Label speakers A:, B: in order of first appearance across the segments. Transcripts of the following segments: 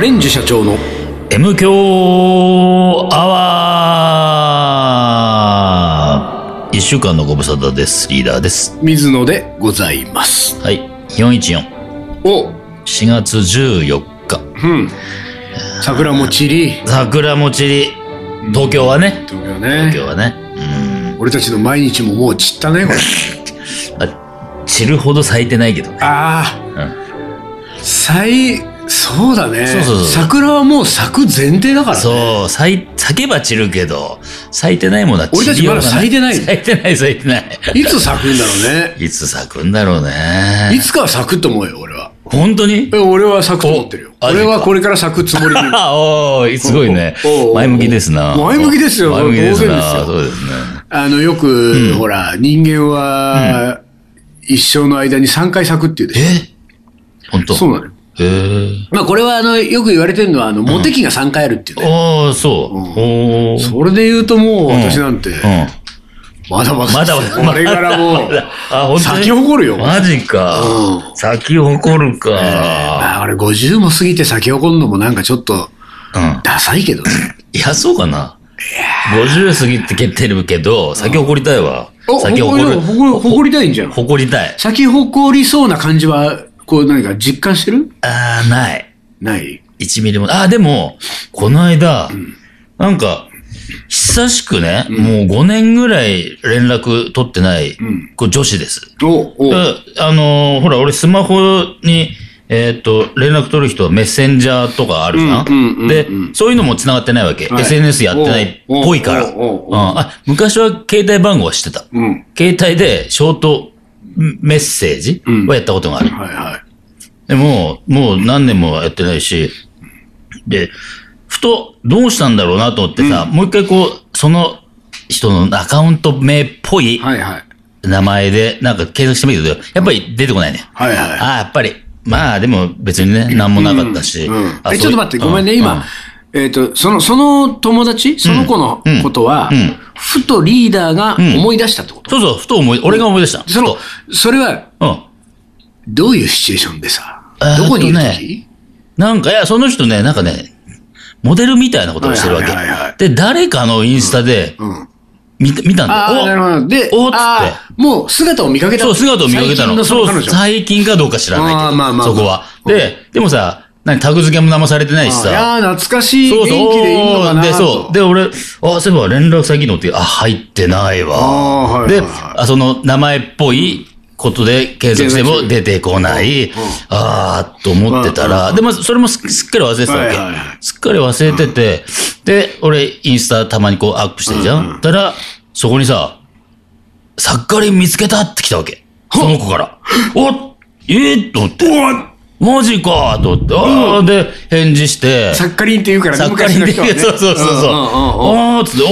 A: レンジ社長の
B: M 強アワー一週間のご無沙汰です。リーダーです。
A: 水野でございます。
B: はい。414。
A: お、
B: 4月14日。
A: うん。桜も散り。
B: 桜も散り。東京はね。
A: 東京
B: 東京
A: ね。
B: はね。うん。
A: 俺たちの毎日ももう散ったね、これ。
B: あ散るほど咲いてないけどね。
A: あ
B: うん。
A: あ、咲い、そうだね。
B: そうそうそう
A: 桜はもう咲く前提だから、ね。
B: そう、咲い、咲けば散るけど、咲いてないものは散りよう
A: 俺
B: が
A: たちまだ咲いてない
B: 咲いてない、咲いてない。
A: いつ咲くんだろうね。
B: いつ咲くんだろう
A: い
B: ね。
A: つかは咲くと思うよ、俺は。
B: 本 当に
A: え俺は咲くと思ってるよ。
B: おあ
A: 俺は
B: そうか
A: これから咲くつも りでいる。
B: あおー、すごいね
A: おうおうおう。
B: 前向きですな。
A: 前向きですよ
B: 前向きですな。
A: 当
B: そうですね。
A: あの、よく、ほら、人間は、一生の間に3回咲くっていうでし
B: え本当
A: ょ。そうなのよ。
B: へえ。
A: まあ、これは、あの、よく言われてるのは、あの、モテ期が3回あるっていうね。
B: ああ、そう。おー
A: それで言うともう、私なんて、
B: う
A: まだまだ。
B: まだまだ
A: これから もう、
B: あ本当に
A: 咲き誇るよ。
B: ん。マジ
A: う
B: か。咲き誇るか。
A: まあ、俺50も過ぎて咲き誇るのもなんかちょっと、
B: うん。
A: ダサいけどね。
B: いや、そうかな。50過ぎって決定るけど、咲き誇りたいわ。
A: お、
B: 咲き誇
A: 誇
B: る
A: り、。誇り誇りたいんじゃん。
B: 誇りたい。
A: 咲き誇りそうな感じは、こう何か実感してる
B: ああ、ない。
A: ない。
B: 1ミリも。あ、でも、この間、なんか、久しくね、もう5年ぐらい連絡取ってない、
A: ん
B: これ女子です。
A: お、お、
B: だあのーほら、俺スマホに、えーっと、連絡取る人はメッセンジャーとかあるじゃん,、
A: うんうんうんうん
B: で、そういうのも繋がってないわけ。
A: はい
B: SNS やってないっぽいから。
A: おうおうおうおう
B: うんあ昔は携帯番号は知ってた。
A: うん。
B: 携帯でショートメッセージ
A: うん
B: はやったことがある。
A: はいはい。
B: でも、もう何年もやってないし、で、ふとどうしたんだろうなと思ってさ、もう一回こう、その人のアカウント名っぽい
A: はいはい。
B: 名前で、なんか検索してみるけど、やっぱり出てこないね。
A: はいはい。
B: ああ、やっぱり。まあ、でも別にね、何もなかったし。
A: うん
B: あ
A: え、ちょっと待って、ごめんね、。
B: そう
A: 今。えっと、その、その友達、その子の
B: うん
A: ことは
B: うん、
A: ふとリーダーが
B: ん
A: 思い出したってこと
B: そうそう、ふと思い、俺が思い出した。
A: その
B: ふ、
A: それは、
B: とうん。
A: どういうシチュエーションでさ
B: えー、っと
A: ど
B: ね
A: こにいる時
B: なんか、いや、その人ね、なんかね、モデルみたいなことをしてるわけ。
A: はいはいはいはい
B: で、誰かのインスタで
A: うん。
B: 見,、見たんだ
A: あ
B: よ。
A: あ、
B: お
A: なるほど。で、
B: おっつって
A: あーもう姿を見かけた。
B: そう、姿を見かけたの。
A: 最近そ
B: そ
A: の
B: う
A: 彼女
B: 最近かどうか知らないけ
A: あー
B: ど、
A: まあまあまあ
B: そこは。で、でもさ、何タグ付けも何もされてないし
A: あーい
B: さ。
A: やー、懐かしい。
B: そう
A: 元
B: そう。
A: 気でいいのかなと。
B: で、そう。で、俺、あ、そういえば連絡先のって、あ、入ってない
A: あー
B: わ。
A: はい
B: で、
A: はいはい
B: あその名前っぽいことで検索しても出てこない。あー、と思ってたら、で、まずそれもすすっかり忘れてたわけ
A: はいはいは。
B: すっかり忘れてて、で、俺、インスタたまにこうアップしてるじゃん。たら、そこにさ、サッカリン見つけたって来たわけ。その子から。おえー、と思って。マジかと思って。あーで、返事して。
A: サッカリンって言うからね、
B: サッカリンで、
A: 昔の人はね
B: そうそうそうそ
A: んん
B: う。
A: んうん
B: おーっつって、お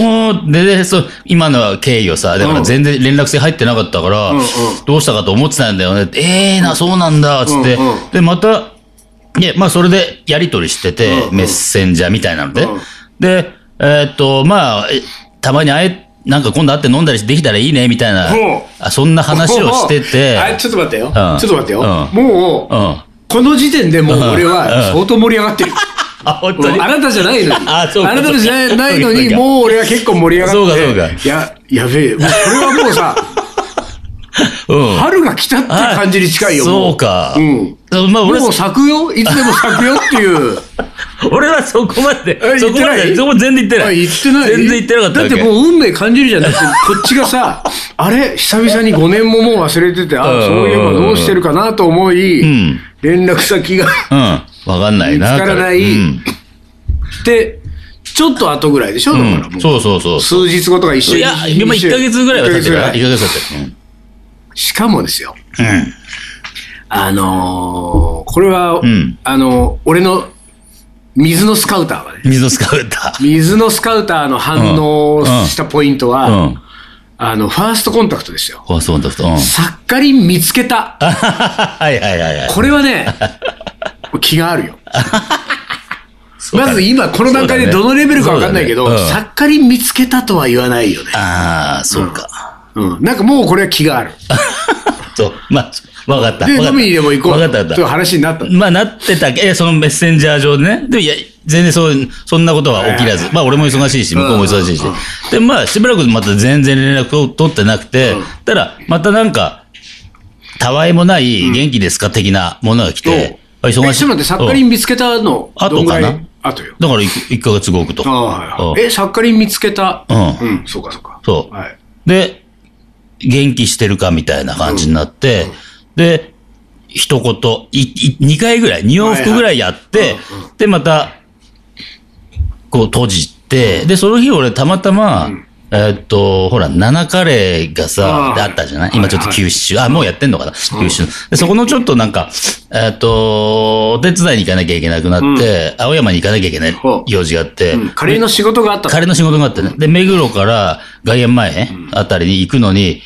B: ーで、で、そう、今のは経緯をさ、だから全然連絡性入ってなかったから、
A: んうん
B: どうしたかと思ってたんだよね。ええな、そうなんだ、つって。
A: うんうん
B: で、また、ね、まあ、それでやりとりしてて、
A: うんうん
B: メッセンジャーみたいなので。
A: うん
B: で、えーっと、まあ、えたまに会え、なんか今度会って飲んだりできたらいいね、みたいな
A: ほう、
B: あそんな話をして て、
A: あ、ちょっと待ってよ。
B: ん
A: ちょっと待ってよ。
B: うん
A: もう、
B: うん。
A: この時点でもう俺は相当盛り上がってる。
B: あ、 本
A: うん
B: 当に
A: あなたじゃないのに。
B: あそうか
A: なたじゃないないの
B: そう
A: に、
B: か
A: もう俺は結構盛り上がって。
B: そうかそう
A: いや、やべえ。もうこれはもうさ、
B: うん。
A: 春が来たって感じに近いよ。
B: あ
A: も
B: そうか
A: うん。
B: まあ、俺
A: もう咲くよいつでも咲くよって いう。
B: 俺はそこまで
A: え、
B: そこま
A: 言ってない
B: で、そこ全然言ってな
A: あ
B: い。
A: 言ってない
B: 全然言ってなかったわけ。
A: だってもう運命感じるじゃなくて、こっちがさ、あれ久々に5年ももう忘れてて、あ
B: うん
A: そういえばどうしてるかなと思い、
B: うん
A: 連絡先が。
B: うん。わかんないな。
A: 見つからない
B: うん
A: で、ちょっと後ぐらいでしょ、だから
B: う
A: も
B: ん。
A: う
B: そうそうそう。
A: 数日後とか一週
B: いや、今1ヶ月ぐらいは経ってるから。1ヶ月経って
A: しかもですよ、
B: る。うん。
A: あのーこれは、
B: うん
A: あのー俺の水のスカウターはね、
B: うん。水の使うた。
A: 水のスカウターの反応を
B: うん
A: したポイント
B: う
A: は、
B: ん。
A: あの、ファーストコンタクトですよ。
B: ファーストコンタクト。うん。
A: サッカリン見つけた。
B: はいはいはいはい。
A: これは ね、気があるよ。
B: そうか
A: まず今、この段階でどのレベルかわかんないけど、
B: そうだねうん
A: サッカリン見つけたとは言わないよね。
B: ああ、そうか。
A: うん。なんかもうこれは気がある。
B: と、まあ、わかった。
A: で、
B: わかった
A: 飲みにでも行こう。
B: わかった、わか
A: と
B: っ
A: いう
B: た。
A: 話になった。
B: まあ、なってたけ、えそのメッセンジャー上でね。でも、いや、全然そう、そんなことは起きらず。まあ、俺も忙しいし、向こうも忙しいし。で、まあ、しばらくまた全然連絡を取ってなくて、たら、またなんか、たわいもない元気ですか的なものが来て、あ
A: え、ちょっ
B: 忙しい。
A: と待って、サッカリ
B: うん
A: ン見つけたの、
B: 後
A: どんぐらい
B: かな
A: 後よ。
B: だから1、一ヶ月後置くと。
A: ああはいは
B: う
A: い
B: ん
A: え、サッカリン見つけた。
B: う
A: うん、そうかそうか。
B: そう。
A: はい。
B: で、元気してるかみたいな感じになって、で、一言、いい二回ぐらい、二往復ぐらいやって、
A: はいはい
B: で、また、こう閉じて、で、その日俺たまたま、えーっと、ほら、七カレーがさ
A: あ、ー
B: であったじゃない
A: はい
B: 今ちょっと休止中。あ、もうやってんのかな休止中。で、そこのちょっとなんか、えーっと、お手伝いに行かなきゃいけなくなって、青山に行かなきゃいけない
A: ほう
B: 用事があって、
A: うんカレーの仕事があったの。
B: 彼の仕事があってね。で、目黒から外苑前あたりに行くのに、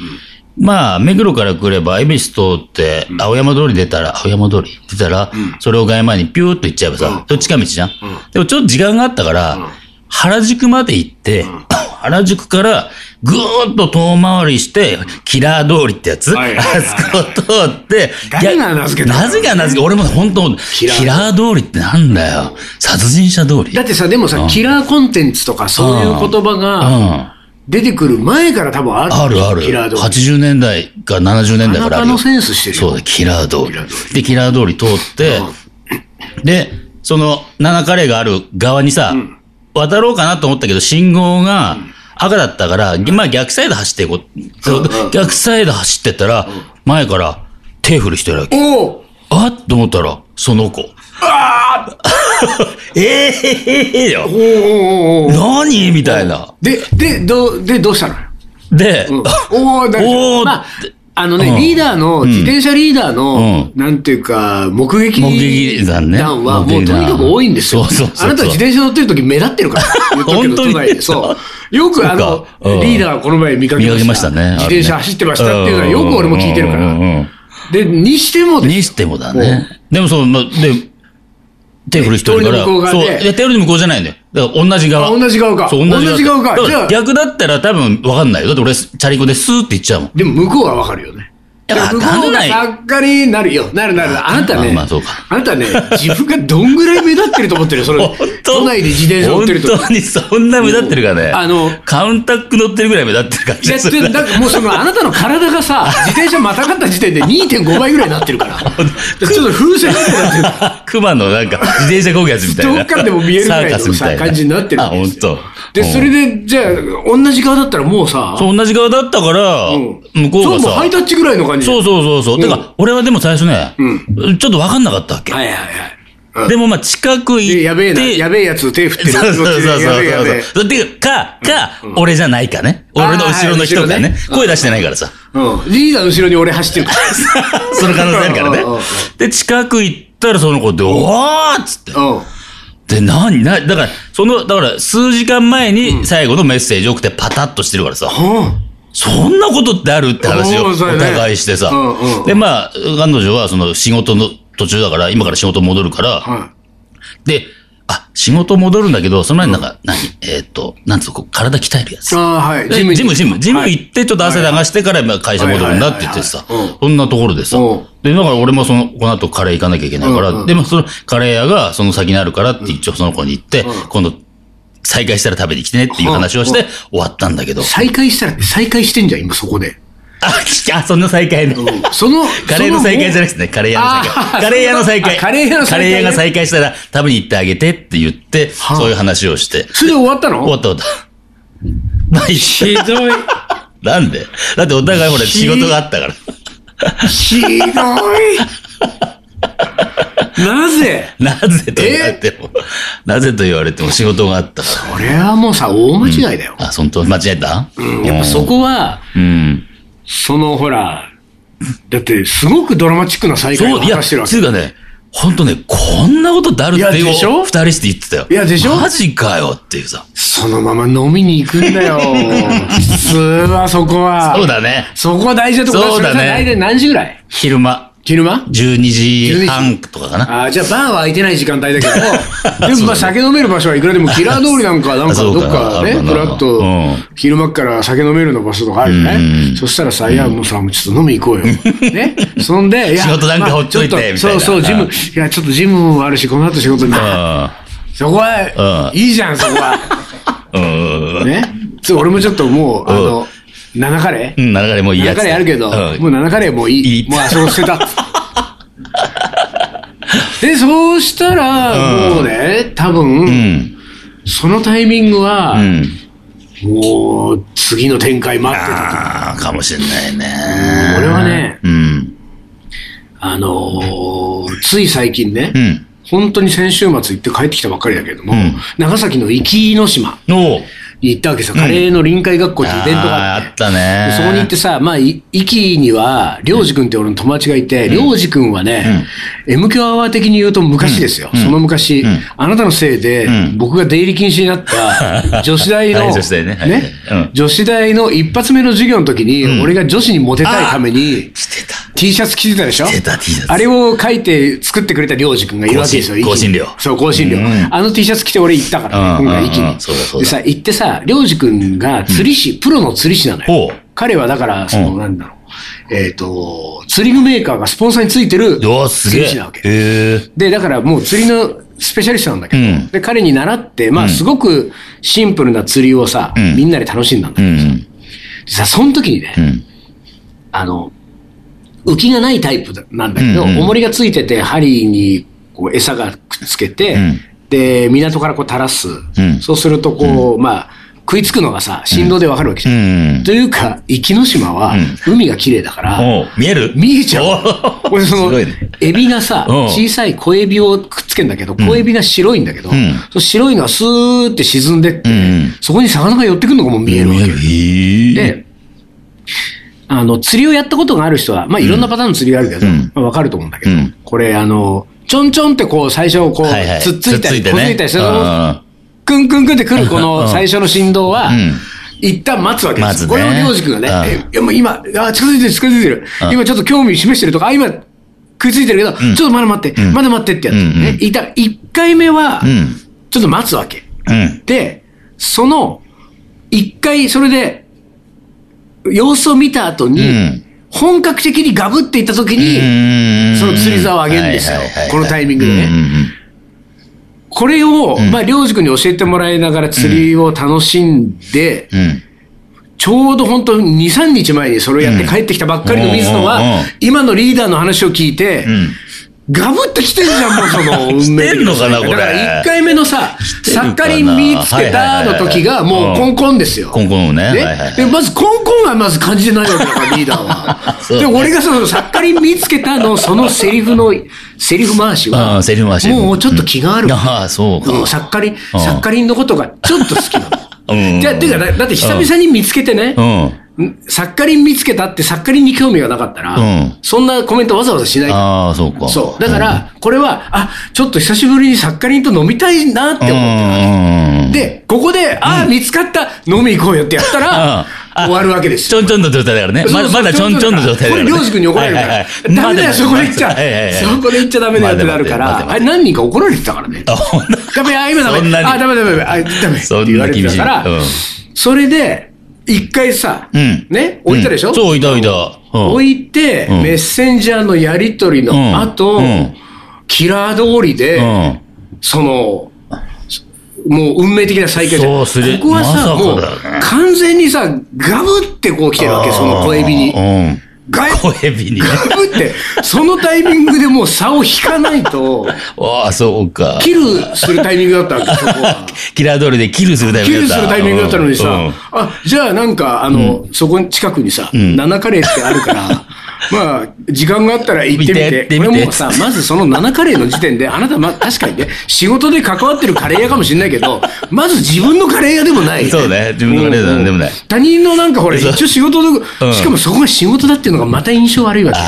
B: まあ、目黒から来れば、恵比寿通って、青山通り出たら、青山通り出たら、それを外苑前にピューっと行っちゃえばさ、それ近道じゃん。でもちょっと時間があったから、原宿まで行って、 原宿からぐーっと遠回りして、キラー通りってやつ、
A: はいはいはい
B: あそこ通って、
A: 誰が名付けたの
B: なぜが名付け俺も本当、キ
A: キラー
B: ラー通りってなんだよ。殺人者通り。
A: だってさ、でもさ、キラーコンテンツとかそういう言葉が
B: うん。
A: 出てくる前から多分ある。
B: あるあ
A: キラー
B: る。
A: ド。
B: 80年代か70年代からある
A: なかなか
B: よ。
A: のセンスしてるよ
B: そうだ、キラー通
A: キラー
B: り。で、キラー通り通って、で、その、7カレーがある側にさ、渡ろうかなと思ったけど、信号が赤だったから、まあ逆サイド走っていこう。そう
A: うん
B: 逆サイド走ってったら、前から手振る人いるわけ。
A: おお
B: あっと思ったら、その子。 ええよ
A: お。おおお
B: 何みたいな。
A: で、で、どう、で、どうしたのよ
B: で、
A: おお誰
B: おー
A: まあ、あのね、
B: うん
A: リーダーの、自転車リーダーの、
B: う
A: なんていうか、目撃
B: 目撃談ね
A: は、も
B: 目
A: う
B: 撃
A: と
B: 談
A: にかく多いんですよ。
B: そうそうそうそう
A: あなたは自転車乗ってる時目立ってるから。言 っとくけど
B: 本当に
A: 都内でそう。よくあの
B: そうかうん、
A: リーダーこの前見かけ
B: 見
A: ました。
B: かけましたね。
A: 自転車走ってましたっていうのは、よく俺も聞いてるか
B: うんうん
A: ら。
B: うんうん
A: で、にしてもです
B: にしてもだね。でもそう、ま、で、手振る人いるから。
A: 手振り向こう側
B: そう。い
A: で
B: や手振り向こうじゃないんだよ。だから同じ側。
A: あ同じ側か
B: そう、同じ
A: 同じ側か
B: だ
A: じゃ
B: ら
A: あ
B: 逆だったら多分わかんないよ。だって俺、チャリコでスーって行っちゃうもん。
A: でも向こうはわかるよね。
B: いや
A: 向こ
B: わか
A: うんが
B: ない
A: さっかりになるよ。なるなる。あなたね、
B: まあそうか
A: あなたね、自分がどんぐらい目立ってると思ってるよ、それ
B: 本。当
A: 都内で自転車乗ってると。
B: 本当にそんな目立ってるかね。
A: あの
B: カウンタック乗ってるぐらい目立ってる感じ
A: やっ
B: がす
A: て
B: る。
A: なんかもうそのあなたの体が さ、自転車またがった時点で2.5倍ぐらいになってるから、ちょっと風船みたいになってる。
B: 熊のなんか、自転車こぐやつみたいな。
A: どっからでも見えるぐらいの
B: サーカスみたいな
A: さ感じになってる
B: あ、
A: わけ
B: 本
A: です
B: 当。
A: で、
B: うん
A: それで、じゃあ、同じ側だったらもうさ、
B: そう、同じ側だったから、
A: うん
B: 向こうが
A: そうもう
B: さ
A: ハイ、タッチぐらいの感じ。。
B: そううそうそうそう。てか、俺はでも最初ね、ちょっと分かんなかったわけ。
A: はいはいはい。
B: でもまあ近く行
A: で
B: って、
A: やべえな、やべえやつ手振ってる。
B: そうそうそうそう
A: やべえやべえ
B: そう。てか、か、俺じゃないかね。俺の後ろの人が
A: あーはい
B: ね
A: 後ろ、
B: 声出してないからさ。
A: うん。リーダーの後ろに俺走ってるから。
B: その可能性あるからね
A: うんうんうん。
B: で、近く行ったらその子で、おーっつ って。
A: うん。
B: で、何、な、だから、その、だから、数時間前に最後のメッセージ送ってパタッとしてるからさ。そんなことってあるって話
A: お
B: をお
A: ーそうだね
B: 互いしてさ
A: うんうんうん。
B: で、まあ、彼女はその仕事の途中だから、今から仕事戻るから、
A: は
B: で、あ、仕事戻るんだけど、その前になんか、何えーっと、なんつうの、こう体鍛えるや
A: い。
B: つ。
A: ああー、はい。
B: でジム、ジム、ジム、
A: はい
B: 行ってちょっと汗流してからまあ会社戻るんだって言ってさ
A: はいはいはいはいうん、
B: そんなところでさ
A: うん、
B: で、だから俺もその、この後カレー行かなきゃいけない
A: う
B: か
A: んう
B: ら、
A: ん
B: でもそのカレー屋がその先にあるからって一応その子に言って、今度再開したら食べに来てねっていう話をして終わったんだけど、
A: 再開したらって再開してんじゃん、今そこで。
B: あ、あ、そんな再会の。
A: その、
B: カレーの再会じゃ
A: な
B: なくてね、カレー屋の再
A: あー
B: 会。カレー屋の再会。
A: あカレー屋の再会ね
B: カレー屋が再会したら食べに行ってあげてって言って、
A: あ
B: そういう話をして。
A: それで終わったの
B: 終わった終わった。まあ、一緒
A: ひどい。
B: なんでだってお互いほら仕事があったから。
A: ひどい。なぜ
B: なぜと言われても、なぜと言われても仕事があったか
A: これはもうさ、大間違いだよ。
B: ら。あ、本当間違えたうん
A: やっぱそこは、
B: うん。
A: そのほら、だってすごくドラマチックな再会
B: そ
A: を
B: う、いや、
A: 話してるわ
B: つ
A: け。
B: うかね、本当ね、こんなことだるっ
A: い
B: て
A: やでしょ
B: 二人して言ってたよ。
A: いやでしょ
B: マジかよっていうさ。
A: そのまま飲みに行くんだよ。 普通はそこは。
B: そうだね。
A: そこは大事なとこ
B: そうだね
A: 大体何時ぐらい
B: 昼間。
A: 昼間
B: 12時半とかかな。
A: あーじゃあバーは空いてない時間帯だ けど、でもまあ酒飲める場所はいくらでも、キラー通りなんか、なんか
B: そう
A: ど
B: か
A: っかね、
B: あるかな
A: ふらっと
B: うん
A: 昼間っから酒飲めるの場所とかあるよね。そしたらさ、いや、もうさ、もうちょっと飲み行こうよ。 ね。そんで、いや
B: 仕事なんかほっといて
A: まあ
B: み
A: ち
B: たい
A: ょっ
B: な
A: とそうそう、ジ
B: う
A: ム
B: ん、
A: いや、ちょっとジムもあるし、この後仕事にそこは、
B: うん
A: いいじゃん、そこは。
B: うん。うん。
A: ね。ちょ俺もちょっともう、あの、7カレー
B: うん、流れもいいや
A: 7
B: つだ。
A: カレーあるけど、
B: う
A: もうん7カレーもういい。
B: いい
A: もうあそこ捨て た。で、そうしたら、
B: うん
A: もうね、多分、
B: うん。
A: そのタイミングは
B: う、ん。
A: もう、次の展開待ってたと。
B: ああ、かもしれないね。
A: 俺はね
B: うん。
A: あのーつい最近ね、
B: うん。
A: 本当に先週末行って帰ってきたばっかりだけども、
B: うん
A: 長崎の壱の島
B: おう
A: に行ったわけですよ。カレーの臨海学校っていうイベントがあ
B: ああ
A: っ
B: ー
A: て
B: あったね
A: で。そこに行ってさ、まあ、い壱岐には、りょうじくんって俺の友達がいて、りょうじくんはね、M 響アワー的に言うと昔ですよ。その昔、
B: ん
A: あなたのせいで、
B: ん
A: 僕が出入り禁止にな った、女子大
B: は
A: の、
B: い女子大ねはいうん
A: 女子大の一発目の授業の時に、俺が女子にモテたいために、
B: 来てた。
A: T シャツ着てたでしょ
B: 着てた T シャツ
A: あれを書いて作ってくれたりょうじくんがいるわけですよ。
B: 香辛
A: 壱岐に
B: 香辛料
A: そう、香辛料。
B: うん
A: あの T シャツ着て俺行ったから、ね、
B: うん
A: 今回一気
B: うんう
A: に
B: ん。そうだそう
A: で
B: だ
A: さ、行ってさ、りょうじくんが釣り師、プロの釣り師なの
B: ほ
A: よ
B: う。
A: 彼はだから、その、
B: うん
A: なんだろう。えっ、と、釣り具メーカーがスポンサーについてる
B: おーす
A: 釣
B: げ
A: り
B: え
A: 師なわけ。。
B: へえ。
A: で、だからもう釣りのスペシャリストなんだけど、
B: うん
A: で、彼に習って、まあ、すごくシンプルな釣りをさ、
B: ん
A: みんなで楽しんだんだ
B: う
A: けど、
B: ん。
A: さ、その時にね、
B: うん。
A: あの、浮きがないタイプなんだけど、
B: うんうん
A: 重りがついてて、針にこう餌がくっつけて、
B: うん
A: で、港からこう垂らす。
B: ん
A: そうすると、こう、まあ、食いつくのがさ、振動でわかるわけじ
B: う
A: ゃん。
B: ん。
A: というか、壱岐島は、海が綺麗だから、
B: おう見える
A: 見えちゃ
B: お
A: う。
B: ー
A: 俺そ
B: すご
A: の
B: いね、
A: エビがさ、
B: うん
A: 小さい小エビをくっつけんだけど、小エビが白いんだけど、
B: ん
A: その白いのはスーって沈んでって、
B: うんうん
A: そこに魚が寄ってくるのがもう見えるわ
B: 見
A: け
B: え。る。へえ。
A: で、あの、釣りをやったことがある人は、まあ、いろんなパターンの釣りがあるけど、
B: うん
A: まあ、わかると思うんだけど、
B: うん
A: これ、あの、ちょんちょんってこう、最初こう、
B: はいはい。
A: つっついたり、
B: ね
A: こすいたりする
B: う
A: のを、
B: ん
A: くんくんくんってくるこの最初の振動は、
B: うん
A: 一旦待つわけで
B: 待つ
A: す。
B: ね
A: これをりょうじくんがね、
B: うん
A: えいやもう今、あ、近づいてる、近づいてる。
B: うん
A: 今ちょっと興味示してるとか、あ、今、食いついてるけど、ちょっとまだ待って、
B: うん
A: まだ待ってってやつ。
B: うんうん
A: ね、一旦、一回目は、
B: うん。
A: ちょっと待つわけ。
B: うん。
A: で、その、一回それで、様子を見た後に、
B: うん
A: 本格的にガブっていった時に、その釣り竿を上げるんですよ
B: はいはいはい
A: このタイミングでね
B: うんうん
A: これを、まあ、りょうじくんに教えてもらいながら釣りを楽しんで、
B: うんうん
A: ちょうど本当に2、3日前にそれをやって帰ってきたばっかりの水野は、
B: うんうんうん
A: 今のリーダーの話を聞いて、
B: うん
A: ガブってきてるじゃん、もうその運命的
B: 来てんのかなこれ
A: だから1回目のさ、
B: てるか
A: サ
B: な
A: ッカリン見つけたの時がもうコンコンですよ。
B: コンコンね。はい
A: ね
B: はいはい。
A: でまずコンコンはまず感じてないわけだから、リーダーは
B: そう
A: で、俺がその、さっかり見つけたの、そのセリフの、セリフ回し
B: う
A: は、
B: んセリフ回し
A: もうちょっと気がある。
B: ああ、そうか。
A: うん、さっかりん、さっかりんのことがちょっと好きな
B: うん
A: の。じゃあ、てかだ、だって久々に見つけてね
B: う、ん。
A: んさっかりん見つけたってさっかりんに興味がなかったら、
B: うん
A: そんなコメントわざわざしないから
B: ああ、そうか。
A: そう。だから、これは、あ、ちょっと久しぶりにサッカリンと飲みたいなって
B: うん、う
A: 思っ
B: んうんうん。
A: て。で、ここで、あ、見つかった、飲み行こうよってやったら、
B: うん
A: 終わるわけです
B: ち
A: よ。
B: ょんちょんの状態だからね。まだまだちょんちょんの状態
A: こ
B: だからね。
A: れ、りょうじくんに怒られるか
B: はい
A: ら
B: は。い
A: ダ
B: はい
A: メだよ、そこで行っちゃ
B: はいはいはい。
A: そこで行っちゃダメだよってなるか
B: 待て
A: ら、あ
B: 待て待て待て
A: れ何人か怒られてたからね。
B: あほんと
A: ダメ、あ、今ダメ。あ、
B: そんなに
A: ダメダメダメ。あ、ダメ。って言われてたから
B: そんな厳、
A: それで、一回さ、
B: うん
A: ね、置いたでしょ
B: うんそう、置いた置いた。うん
A: 置いて、
B: うん
A: メッセンジャーのやり取りの後、
B: うんうん
A: キラー通りで、
B: うん。
A: その、もう運命的な再会じゃん
B: そうする
A: ここはさ、
B: まさ
A: も
B: か
A: う
B: だよね
A: 完全にさ、ガブってこう来てるわけ、その小エビに。
B: うん。
A: ガブ
B: 小エビにね。
A: ガブって、そのタイミングでもう差を引かない と、
B: ああ、そうか。
A: キルするタイミングだったわけ、そこは。
B: キラー通りでキルするタイ
A: キ
B: ミン
A: ルす
B: グだった。
A: るタイミングだったのにさ、
B: うんうん
A: あ、じゃあなんか、あの、そこに近くにさ、七カレーってある から、まあ、時間があったら行ってみ
B: 見て
A: て
B: 行っ。てみて
A: 俺もさ、まずその七カレーの時点で、あなた、まあ、確かにね、仕事で関わってるカレー屋かもしれないけど、まず自分のカレー屋でもない、
B: そうね自分のカレー屋でもない
A: 他人のなんかほら、一
B: そう
A: 応仕事で、
B: うん
A: しかもそこが仕事だっていうのがまた印象悪いわけよ。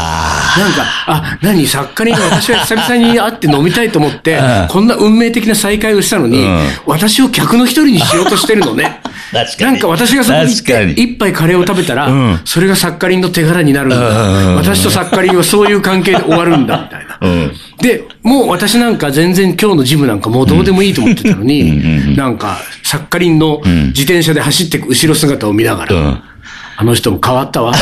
A: なんか、あ、何、作家に私は久々に会って飲みたいと思って、
B: うん
A: こんな運命的な再会をしたのに、
B: うん
A: 私を客の一人にしようとしてるのね。
B: 確かに。
A: なんか私がそこに行っ
B: 確か
A: て
B: に。
A: 一杯カレーを食べたら、
B: うん
A: それがサッカリンの手柄になるん
B: うんうんう
A: だ。
B: ん
A: 私とサッカリンはそういう関係で終わるんだ、みたいな。
B: うん。
A: で、もう私なんか全然今日のジムなんかもうどうでもいいと思ってたのに、なんかサッカリンの自転車で走ってく後ろ姿を見なが
B: う
A: ら、
B: ん。
A: あの人も変わったわ。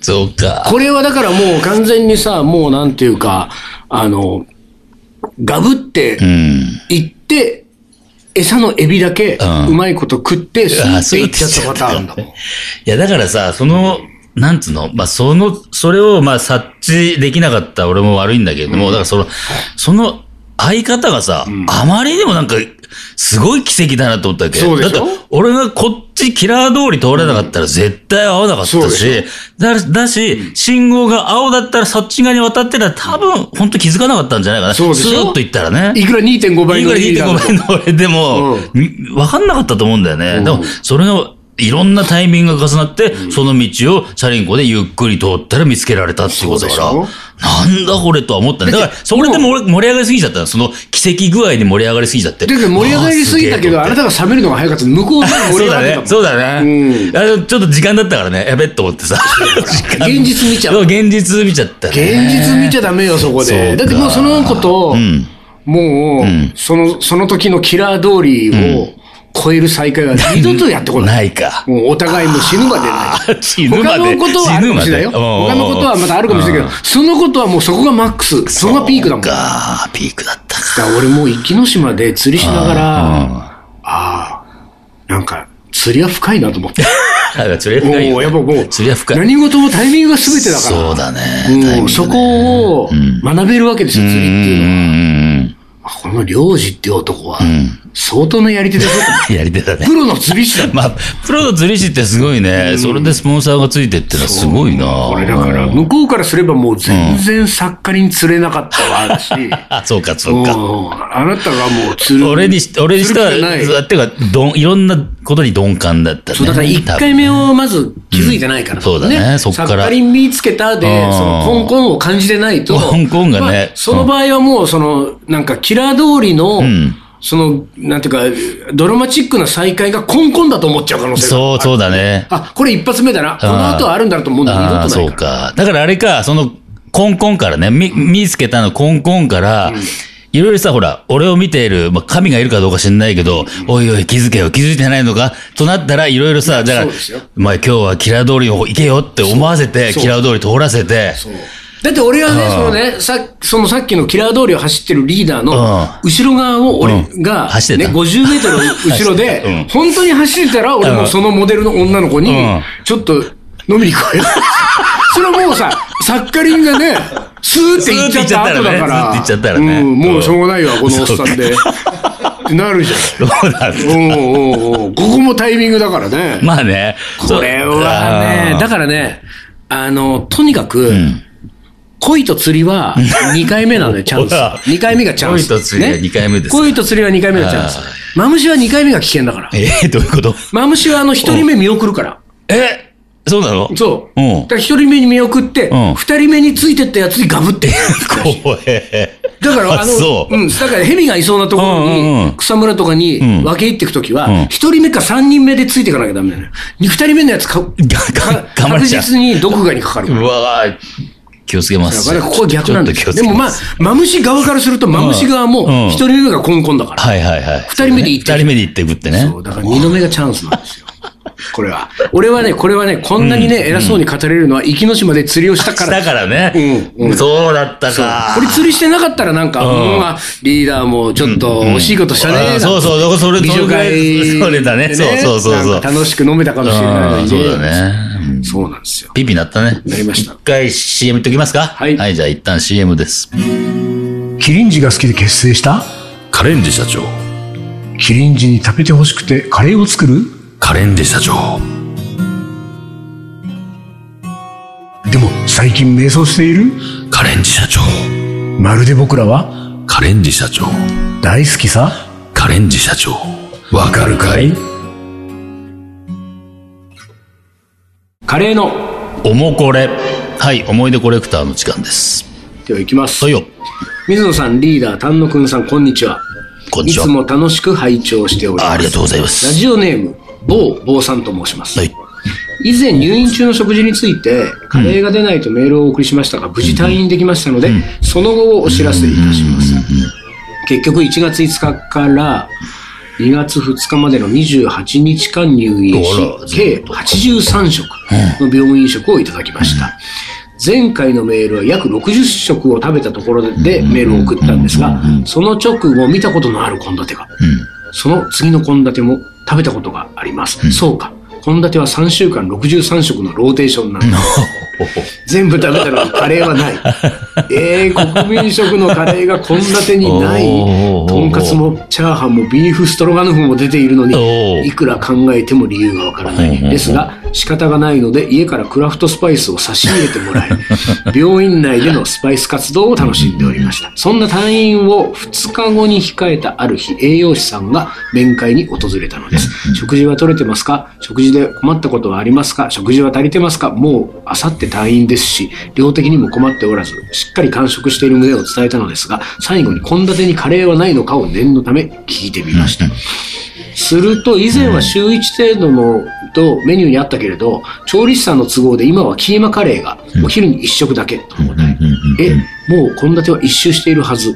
B: そうか。
A: これはだからもう完全にさ、もうなんていうか、あの、ガブって
B: うん。
A: 行って、餌のエビだけ
B: うん
A: うまいこと食って、吸
B: ああ
A: っていっちゃったパターンだもん。
B: いや、だからさ、その、なんつうの、まあ、その、それを、まあ、察知できなかった俺も悪いんだけれども、だからその、その、相方がさ、あまりにもなんか、すごい奇跡だなと思ったわけ。
A: そうでしょ
B: だって、俺がこっちキラー通り通れなかったら絶対合わなかった
A: そうで
B: し、だだし、信号が青だったらそっち側に渡ってたら多分、本当気づかなかったんじゃないかな。
A: そうでしょ
B: スーッと行ったらね。
A: いくら2.5倍
B: いく
A: の
B: ら
A: リーダー
B: 2.5
A: だと
B: 倍の俺でも、わかんなかったと思うんだよね。でも、それが、いろんなタイミングが重なって、その道をチャリンコでゆっくり通ったら見つけられたっていうことだから、
A: そうで
B: なんだこれとは思ったね。だから、それでも俺盛り上がりすぎちゃったのその奇跡具合で盛り上がりすぎちゃって。
A: だけど盛り上がりすぎたけど、
B: あ
A: あ
B: ー
A: な
B: す
A: たが冷めるのが早かった。向こうが盛り
B: げえ
A: 上
B: と思
A: が
B: っ
A: っててたもん。
B: そうだね。そうだね。あのちょっと時間だったからね、やべっと思ってさ。
A: 現実見ちゃう。
B: 現実見ちゃったね。
A: 現実見ちゃダメよ、そこ
B: そう
A: で。
B: か
A: だってもうその子と、
B: うん。
A: もう、
B: ん
A: その、その時のキラー通りを超える再会は二度とやってこない。
B: ないか。
A: もうお互いもう 死ぬまでない。
B: 死ぬま
A: 他
B: で。
A: のことはあるかもしれないよ。
B: 死ぬま
A: 他
B: で
A: のことはまたあるかもしれないけど、そのことはもうそこがマックス。そこがピークだもん。だか
B: がピークだったから
A: 俺もう壱岐島で釣りしながら、あ
B: ら、
A: あー、なんか釣りは深いなと思 って。
B: うん、釣りは
A: も
B: 深いよ
A: うやっぱもう、
B: 釣りは深い
A: 何事もタイミングが全てだから。
B: そうだね
A: うん
B: タイミングね
A: そこを学べるわけですよ、釣りっていうのは。
B: ん
A: あこの領事っていう男は、相当のやり手だぞと思って。
B: やり手 だね
A: プロの釣り師だ
B: まあプロの釣り師ってすごいね、それでスポンサーがついてってのはすごいな
A: これだから、
B: うん
A: 向こうからすればもう全然作家に釣れなかったわ、だし。
B: あそうか そうか
A: うんあなたがもう釣る。
B: 俺にし俺にした
A: する気がない
B: らてかどんいろんなことに鈍感だったね
A: そうだから1回目をまず気づいてないから、
B: んそうだねそっから
A: サッカリン見つけたで、
B: うん
A: そのコンコンを感じてないと、
B: コンコンがね
A: まあ
B: うん
A: その場合はもう、その、なんか、キラー通りの、
B: ん
A: その、なんていうか、ドラマチックな再会がコンコンだと思っちゃう可能性があ
B: そ
A: る
B: うそうだね
A: あ、これ一発目だな。この後はあるんだろうと思うんだけど、
B: ああ
A: 二度と
B: ー
A: な
B: そ
A: いうから。
B: か。だからあれか、その、コンコンからね、み見つけたのコンコンから、いろいろさ、ほら、俺を見ている、まあ、神がいるかどうか知んないけど、おいおい、気づけよ、気づいてないのかとなったら、いろいろさ、だか
A: そ
B: ら
A: うですよ、
B: お前今日はキラー通りを行けよって思わせて、
A: そう
B: キラー通り通らせて、
A: そうだって俺はね、そのね、さそのさっきのキラー通りを走ってるリーダー
B: うん
A: の後ろ側を俺
B: うん
A: が、ね
B: 走ってた
A: 50メートル後ろ で、
B: うん
A: 本当に走ってたら、俺もそのモデルの女の子に
B: うん、
A: ちょっと飲みに行こう よ。それはもうさ、サッカリンがね、スーって行っちゃった後だから、
B: スーって行っちゃったらね
A: うんもうしょうがないわ、
B: うん
A: このおっさんで。ってなるじゃ
B: どうなんだ
A: ん。おうおうおうここもタイミングだからね。
B: まあね。
A: これはね、だからね、あの、とにかく、恋と釣り は2回目なのよ、チャンス
B: ほら。
A: 2回目がチャンス。
B: 恋と釣りは二回目ですか
A: 恋と釣りは2回目がチャンス
B: あ。
A: マムシは2回目が危険だから
B: ら。。えーどういうこと
A: マムシはあの、1人目見送るから。
B: えそうなの
A: そう。
B: うん
A: だから1人目に見送って、
B: ん
A: 2人目についてったやつにガ ブって。
B: 怖え。
A: だから、あの
B: そ、う。
A: うん、だから蛇がいそうなところ
B: うんうんうん
A: に、草むらとかに
B: ん
A: 分け入っていくとき
B: ん
A: は、一人目か三人目でついていかなきゃダメなのよ。二人目のやつか、か
B: 頑張
A: 確
B: っちゃう
A: 実に毒蛾にかかるか
B: う
A: ら。
B: わー気をつけま
A: だ
B: す。
A: からここは逆なんで
B: ち
A: す
B: ょっと気をつ
A: で
B: け
A: もま
B: ま
A: あ
B: す、
A: マムシ側からすると、マムシ側も
B: うんうん
A: 一人目がコンコンだから。
B: はいはいはい。
A: 二人目で行って
B: 二人目で行ってくってね。
A: そう、だから二度目がチャンスなん ですよ。これは。俺はね、これはね、こんなにね、偉そうに語れるのは、壱岐の島で釣りをしたから
B: だからね、
A: うんうん
B: そうだったか。
A: これ釣りしてなかったらなんか、
B: ん
A: うんあリーダーもちょっと惜しいことしたね、
B: うん
A: なんて
B: そうそうそれ
A: 美女会
B: それそれだね
A: で
B: そうそうそうそう
A: なんか楽しく飲めたかもしれないの
B: う
A: に
B: んそうだね。うん
A: そうなんですよ
B: ピピなったね。
A: なりました
B: 一回 CM いっときますか。はいはい、じゃあ一旦 CM です。
C: キリンジが好きで結成した
D: カレンジ社長
C: キリンジに食べて欲しくてカレーを作る
D: カレンジ社長
C: でも最近迷走している
D: カレンジ社長
C: まるで僕らは
D: カレンジ社長
C: 大好きさ
D: カレンジ社長わかるかい
A: カレーの
B: おもこれ。はい、思い出コレクターの時間です。
A: ではいきます
B: そうよ。
A: 水野さんリーダー丹野くんさんこんにちは
B: こんに
A: い
B: ちは
A: つも楽しく拝聴しております。
B: あありがとうございます
A: ラジオネーム、某坊さんと申します。
B: はい。
A: 以前入院中の食事について、カレーが出ないとメールをお送りしましたが、無事退院できましたので、その後をお知らせいたします。結局1月5日から2月2日までの28日間入院
B: あら
A: し、計83食の病院食をいただきました。前回のメールは約60食を食べたところでメールを送ったんですが、その直後見たことのある献立が、その次の献立も食べたことがあります。そうか。献立は3週間63食のローテーションなんだ。 全部食べたのにカレーは ない。えー、国民食のカレーが献立にない
B: おー。
A: とんかつもチャーハンもビーフストロガノフも出ているの
B: おー
A: に、いくら考えても理由がわからな
B: うんうんう
A: い。
B: ん
A: ですが、仕方がないので家からクラフトスパイスを差し入れてもら い、病院内でのスパイス活動を楽しんでおりました。そんな退院を2日後に控えたある日、栄養士さんが面会に訪れたのです。食事は取れてますか食事で困ったことはありますか食事は足りてますかもうあさって退院ですし、量的にも困っておらず、しっかり完食している旨を伝えたのですが、最後に献立にカレーはないのかを念のため聞いてみました。すると、以前は週1程度のとメニューにあったけれど、調理師さんの都合で今はキーマカレーがお昼に1食だけとのことえ、もう献立は一周しているはず。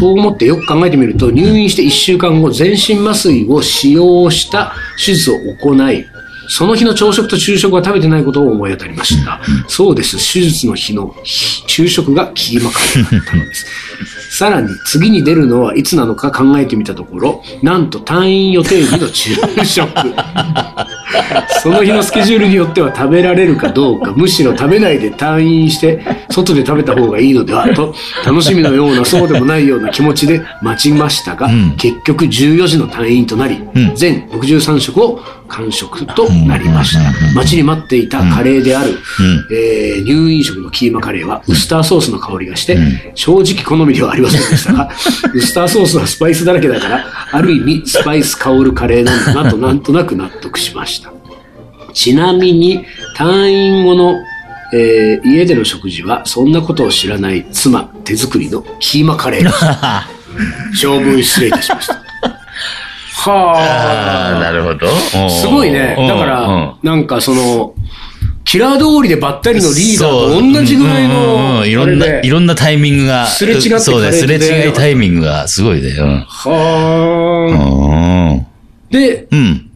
A: そう思ってよく考えてみると、入院して1週間後、全身麻酔を使用した手術を行い、その日の朝食と昼食は食べてないことを思い当たりました。そうです。手術の日の昼食がキーマカレーだったのです。さらに、次に出るのはいつなのか考えてみたところ、なんと退院予定日の昼食。その日のスケジュールによっては食べられるかどうか、むしろ食べないで退院して、外で食べた方がいいのではと、楽しみのような、そうでもないような気持ちで待ちましたが、結局14時の退院となり、全63食を完食となりました。待ちに待っていたカレーである、えー入院食のキーマカレーはウスターソースの香りがして、正直好みではありませんでしたが、ウスターソースはスパイスだらけだから、ある意味スパイス香るカレーなんだなとなんとなく納得しました。ちなみに、退院後の、えー家での食事は、そんなことを知らない妻、手作りのキーマカレーで した。長文失礼いたしました。は
B: ああ、なるほど。
A: あ。すごいね。だか
B: うんうん
A: ら、なんかその、キラー通りでばったりのリーダーと同じぐらい
B: そううんう
A: の、
B: んうんいろん
A: あれ
B: な、
A: で
B: いろんなタイミングが。
A: すれ違って
B: そうだよ
A: カ
B: す
A: レ
B: れ
A: ーで
B: 違いタイミングがすごいね。うん。う
A: はあ。
B: ん。
A: で、
B: うん。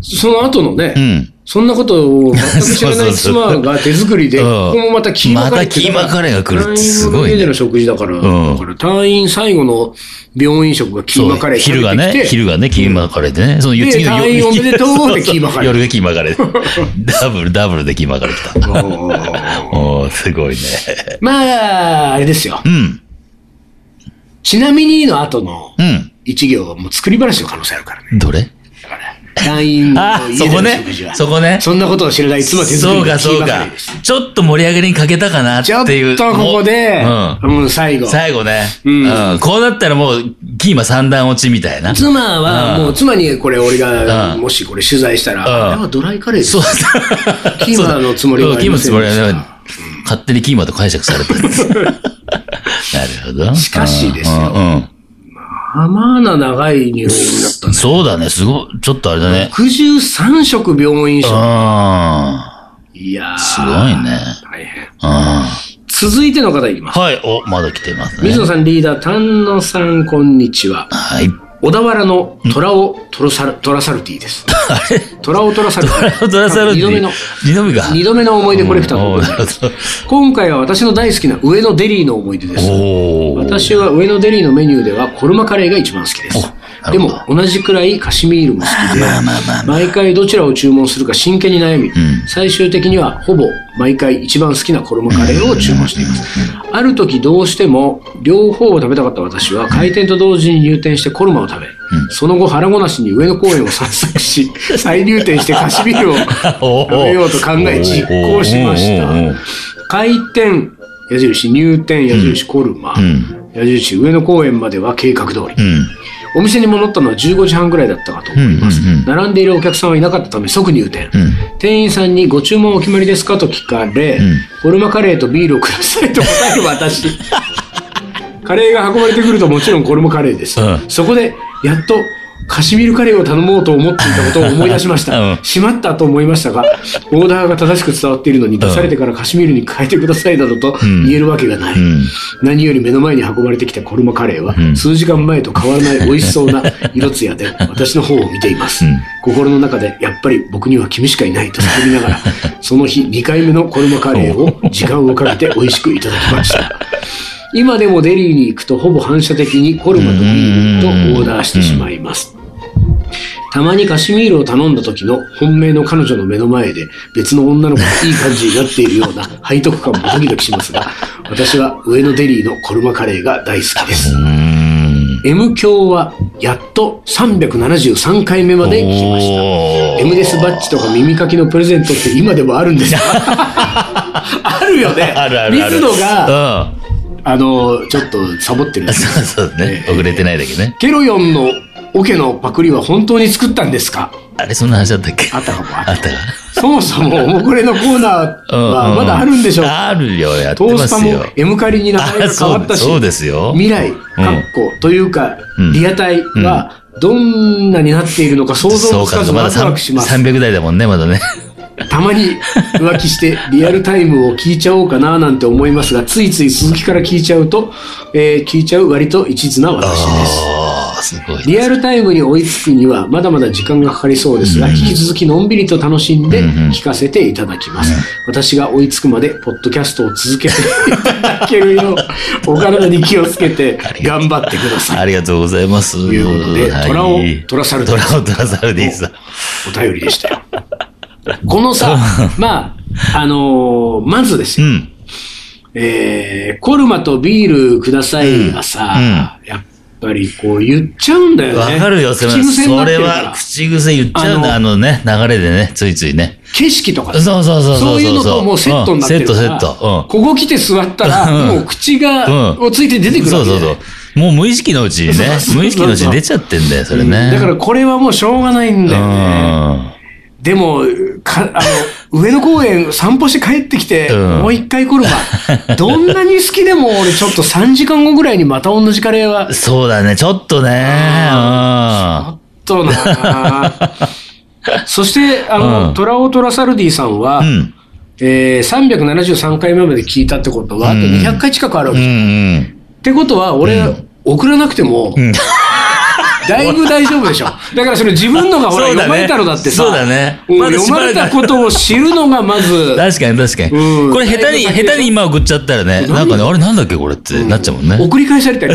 A: その後のね、
B: うん。
A: そんなことを全く知らない妻が手作 りで、
B: う
A: ここ
B: ん
A: もまたキーマカレーっていうの。
B: またキーマカレーが来るってすごいね
A: 退院後の家での食事だから、だ
B: ん
A: から退院最後の病院食がキー
B: そ
A: マ
B: う
A: カレー食べ
B: 昼が
A: てき
B: ね、
A: て
B: 昼がね、キーマカレーでね。その
A: で
B: 次の
A: 退院おめでとうってキーマカレー
B: 夜がキーマ カレー。ダブル、ダブルでキーマカレー来た。
A: おー
B: おーすごいね。
A: まあ、あれですよ
B: う。ん。
A: ちなみにの後の
B: う
A: 一行はもう作り話の可能性あるからね。
B: ん。どれ
A: だから、退院
B: あ
A: の家
B: そこ
A: での
B: ね
A: 食事は。
B: そこね
A: そんなことを知らない妻手作
B: そ
A: り
B: う
A: の
B: か、
A: キ
B: そ
A: ー
B: う
A: マカレ
B: か
A: ーです。。
B: ちょっと盛り上げに欠けたかなっ
A: ちょって
B: いう。
A: とここで、
B: もう
A: もう最後。
B: うん。最後ね。
A: うん
B: うん。こうなったらもう、キーマ三段落ちみたいな。
A: 妻は、
B: うん
A: もう妻にこれ俺が、
B: うん
A: もしこれ取材したら、あ
B: うん
A: れはドライカレーです
B: そう
A: よ。
B: だ。
A: キーマのつもりはありません
B: そ
A: で
B: う
A: し
B: だ
A: た
B: キーマのつもりはね勝手にキーマと解釈さ れてる。なるほど。
A: しかしですよ
B: うんうん
A: まあまあな長い入院だった
B: うん
A: ね。
B: そうだね、すごい、ちょっとあれだね。
A: 63食病院
B: う
A: 食。
B: ん。
A: いやー。
B: すごいね。
A: 大変。
B: うん。は
A: 続いての方いきます。
B: い、お、まだ来てますね
A: 水。野さんリーダー、丹野さん、こんにちは。
B: はい。
A: 小田原の虎をトロサル、トラサルティです。虎をトラサルティ。
B: ドラサル
A: 二度目の、
B: 二度目が。
A: 二度目の思い出コレクターの
B: お
A: 方
B: ー
A: で
B: な
A: す
B: るほど
A: 今回は私の大好きな上野デリーの思い出です。
B: おー。
A: 私は上野デリーのメニューではコルマカレーが一番好きです。で
B: なる
A: も
B: ほど
A: 同じくらいカシミールも好きで、毎回どちらを注文するか真剣に悩み、最終的にはほぼ毎回一番好きなコルマカレーを注文しています。ある時どうしても両方を食べたかった私は開店と同時に入店してコルマを食べ、その後腹ごなしに上野公園を散策 し、再入店してカシミールを食べようと考え実行しまし
B: おーおーおーおー
A: た。開店矢印入店矢印コルマ、矢印上野公園までは計画通り、
B: うん。
A: お店に戻ったのは15時半ぐらいだったかと思います、
B: うんうんうん
A: 並んでいるお客さんはいなかったため即入店、
B: ん
A: 店員さんに「ご注文お決まりです か?」と聞かれ、コルマカレーとビールをください」と答える私カレーが運ばれてくるともちろんこれもカレーです。
B: うん
A: そこで、やっと、カシミールカレーを頼もうと思っていたことを思い出しまし
B: うん
A: た。しまったと思いましたが、オーダーが正しく伝わっているのに、出されてからカシミールに変えてくださいなどと言えるわけがない。
B: ん
A: 何より目の前に運ばれてきたコルマカレーは、数時間前と変わらない美味しそうな色艶で、私の方を見ています。心の中で、やっぱり僕には君しかいないと叫びながら、その日2回目のコルマカレーを時間をかけて美味しくいただきました。今でもデリーに行くとほぼ反射的にコルマとビールとオーダーしてしまいます。たまにカシミールを頼んだ時の本命の彼女の目の前で別の女の子がいい感じになっているような 背徳感もドキドキしますが、私は上野デリーのコルマカレーが大好きです。M 強はやっと373回目まで来ました。
B: おー
A: M デスバッジとか耳かきのプレゼントって今でもあるん ですかあるよね。
B: あるあるあ
A: 水
B: る。
A: 野が、
B: が。
A: あの、ちょっとサボってるんで
B: うん。
A: す
B: そうそうね。遅れてないだけね。
A: ケロヨンのオケのパクリは本当に作ったんですか
B: あれ、そんな話だったっけ
A: あったかも。
B: あったか
A: そもそも、おもくれのコーナー
B: うん
A: は
B: うん
A: まだあるんでしょうか
B: あるよ、やって
A: トー
B: ま
A: スパ
B: す
A: も
B: よ。
A: M 仮に名前が
B: あ
A: 変わったし、
B: そうそうですよ。
A: 未来、かっこ、というか、
B: うん
A: リアタイはどんなになっているのか想像
B: そ
A: も
B: う
A: つか
B: か、
A: ず
B: ま
A: ワ
B: だ
A: クワクします。
B: 300台だもんね、まだね。
A: たまに浮気してリアルタイムを聞いちゃおうかななんて思いますが、ついつい続きから聞いちゃうと、えー聞いちゃう割と一途な私です。
B: ああ、すごい。
A: リアルタイムに追いつくにはまだまだ時間がかかりそうですが、引き続きのんびりと楽しんで聞かせていただきます。私が追いつくまで、ポッドキャストを続けていただけるよう、お体に気をつけて頑張ってください。
B: ありがとうございます。と
A: いうことで虎を虎サルディ
B: ト
A: ーズ
B: ラをトラサルディーズだ。
A: お便りでしたよ。この さ、まあ、あのーまずです
B: う
A: よ、
B: ん。
A: えー、コルマとビールくださいがさ、やっぱりこう言っちゃうんだよね。
B: わかるよ、そ
A: 口
B: れ
A: 癖にな
B: そ
A: って
B: れ
A: るから
B: は、口癖言っちゃうんだ、
A: あ
B: あのね、流れでね、ついついね。
A: 景色とか
B: そうそうそうそう。
A: そういうのともうセットになってるから、
B: うんセット、セット。
A: ここ来て座ったら、
B: うん
A: もう口が、
B: うん
A: をついて出て
B: う
A: く
B: ん。
A: る
B: そ
A: わ
B: う
A: け
B: そ
A: だ
B: う
A: よ
B: そう。もう無意識のうちに
A: そう
B: ね
A: そうそう、
B: 無意識のうちに出ちゃってんだよ、それね。
A: だからこれはもうしょうがないんだよね。
B: うん。
A: でも、かあの、上野公園散歩して帰ってきて、
B: うん
A: もう一回来る わ。どんなに好きでも俺ちょっと3時間後ぐらいにまた同じカレーは、ち
B: そうだね、ちょっとね。
A: ょっとなそして、あの、
B: うん
A: トラオトラサルディさんは、
B: うん。うん。
A: えー、373回目まで聞いたってことは、あと200回近くあるわ
B: う
A: け
B: んうん。
A: ってことは、俺、送らなくても、
B: ん
A: だいぶ大丈夫でしょ。だからその自分のがほら、
B: そうだ
A: 読
B: ね
A: まれたのだってさ、
B: そうだね
A: うん
B: まだ
A: 読
B: しば
A: ま
B: ら
A: れ
B: く
A: たことを知るのがまず、
B: 確かに確かに。
A: うん
B: これ下手に、
A: だいぶ先
B: 下手に今送っちゃったらね、なんかね、あれなんだっけこれってなっちゃうもんね。
A: 送り返された り、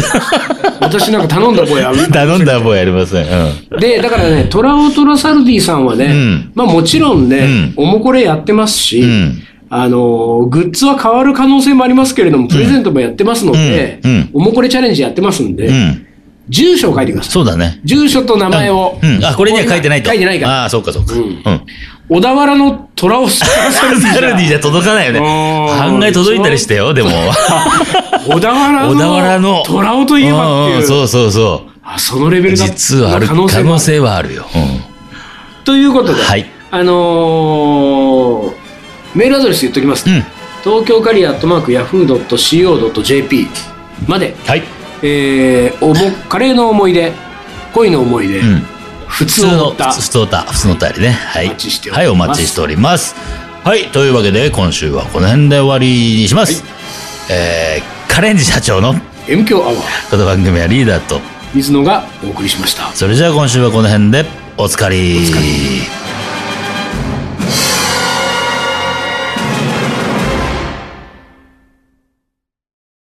A: 私なんか頼んだ声ある。
B: 頼んだ覚えありません。うん。
A: で、だからね、トラオトラサルディさんはね、
B: ん
A: まあもちろんね、おもこれやってますし、
B: ん
A: あのー、グッズは変わる可能性もありますけれども、プレゼントもやってますので、
B: うんうん
A: おもこれチャレンジやってますんで、
B: うん。
A: 住所を書いてください。
B: そうだね。
A: 住所と名前を。
B: うん。あ、これには書いてないと。
A: 書いてないから。
B: ああ、そうかそうか。
A: う
B: うんん。うん。
A: 小田原の虎を探
B: サルディじゃ届かないよね。
A: うーん
B: 案外届いたりしてよ、でも。
A: 小田原の
B: 小田原の。
A: 虎をといえばって
B: ん
A: い
B: ん
A: う。
B: そうそうそう。
A: あそのレベルだ
B: 実はある可
A: も
B: 能性はあるよ。
A: ということで、
B: はい
A: あのーメールアドレス言っときます、
B: うん。うん。
A: 東京カリアットマークヤフー .co.jp まで、
B: はい。
A: えー、おもカレーの思い出恋の思い出、
B: うん。
A: 普
B: 普
A: 通
B: 通
A: の
B: の、
A: 歌
B: 普通の歌、普通の歌よりね。はい。
A: お待ちしております
B: はい、お待ちしております。はい、というわけで、今週はこの辺で終わりにします。えー、カレンジ社長の
A: M 強アワー
B: この番組はリーダーと、
A: 水野がお送りしました
B: それじゃあ今週はこの辺で、おつかり。おつかり。